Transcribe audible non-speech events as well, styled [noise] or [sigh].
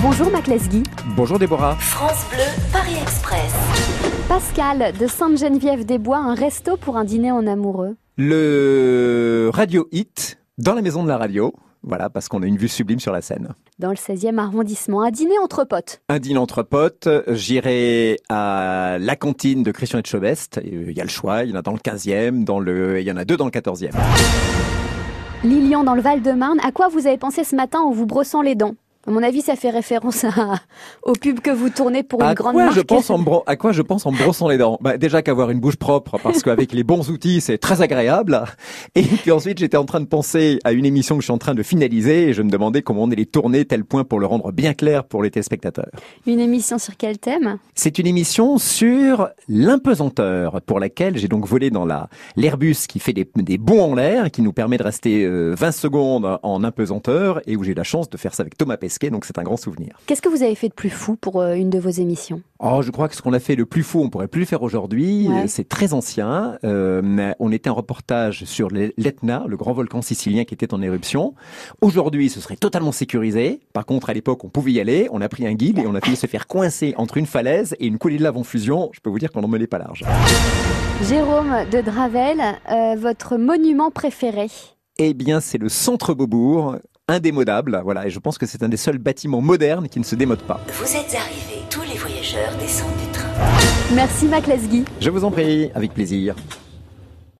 Bonjour Mac Lesguy. Bonjour Déborah. France Bleu, Paris Express. Pascal de Sainte-Geneviève-des-Bois, un resto pour un dîner en amoureux. Le Radio Hit dans la maison de la radio. Voilà, parce qu'on a une vue sublime sur la Seine. Dans le 16e arrondissement, un dîner entre potes. Un dîner entre potes, j'irai à la cantine de Christian Etchebest. euh, Il y a le choix, il y en a dans le 15e, dans le... il y en a deux dans le 14e. Lilian dans le Val-de-Marne, à quoi vous avez pensé ce matin en vous brossant les dents à mon avis, ça fait référence à, [laughs] au pub que vous tournez pour une À grande quoi, marque. je pense en me bro- à quoi je pense en me brossant les dents bah, Déjà qu'avoir une bouche propre, parce qu'avec les bons outils, c'est très agréable. Et puis ensuite, j'étais en train de penser à une émission que je suis en train de finaliser et je me demandais comment on allait tourner tel point pour le rendre bien clair pour les téléspectateurs. [laughs] Une émission sur quel thème C'est une émission sur l'impesanteur, pour laquelle j'ai donc volé dans la l'Airbus qui fait des, des bonds en l'air, qui nous permet de rester euh, 20 secondes en impesanteur, et où j'ai la chance de faire ça avec Thomas Pesquet, donc c'est un grand souvenir. Qu'est-ce que vous avez fait de plus fou pour euh, une de vos émissions Oh, je crois que ce qu'on a fait le plus fou, on pourrait plus le faire aujourd'hui. Ouais. Euh, C'est très ancien. Euh, on était en reportage sur l'E- l'Etna, le grand volcan sicilien qui était en éruption. Aujourd'hui, ce serait totalement sécurisé. Par contre, à l'époque, on pouvait y aller. On a pris un guide et on a failli se faire coincer entre une falaise et une coulée de lave en fusion. Je peux vous dire qu'on n'en menait pas large. Jérôme de Dravel, euh, votre monument préféré Eh bien, c'est le centre Beaubourg, indémodable. Voilà, et je pense que c'est un des seuls bâtiments modernes qui ne se démode pas. Vous êtes arrivés, tous les voyageurs descendent du train. Merci Mac Lesguy. Je vous en prie, avec plaisir.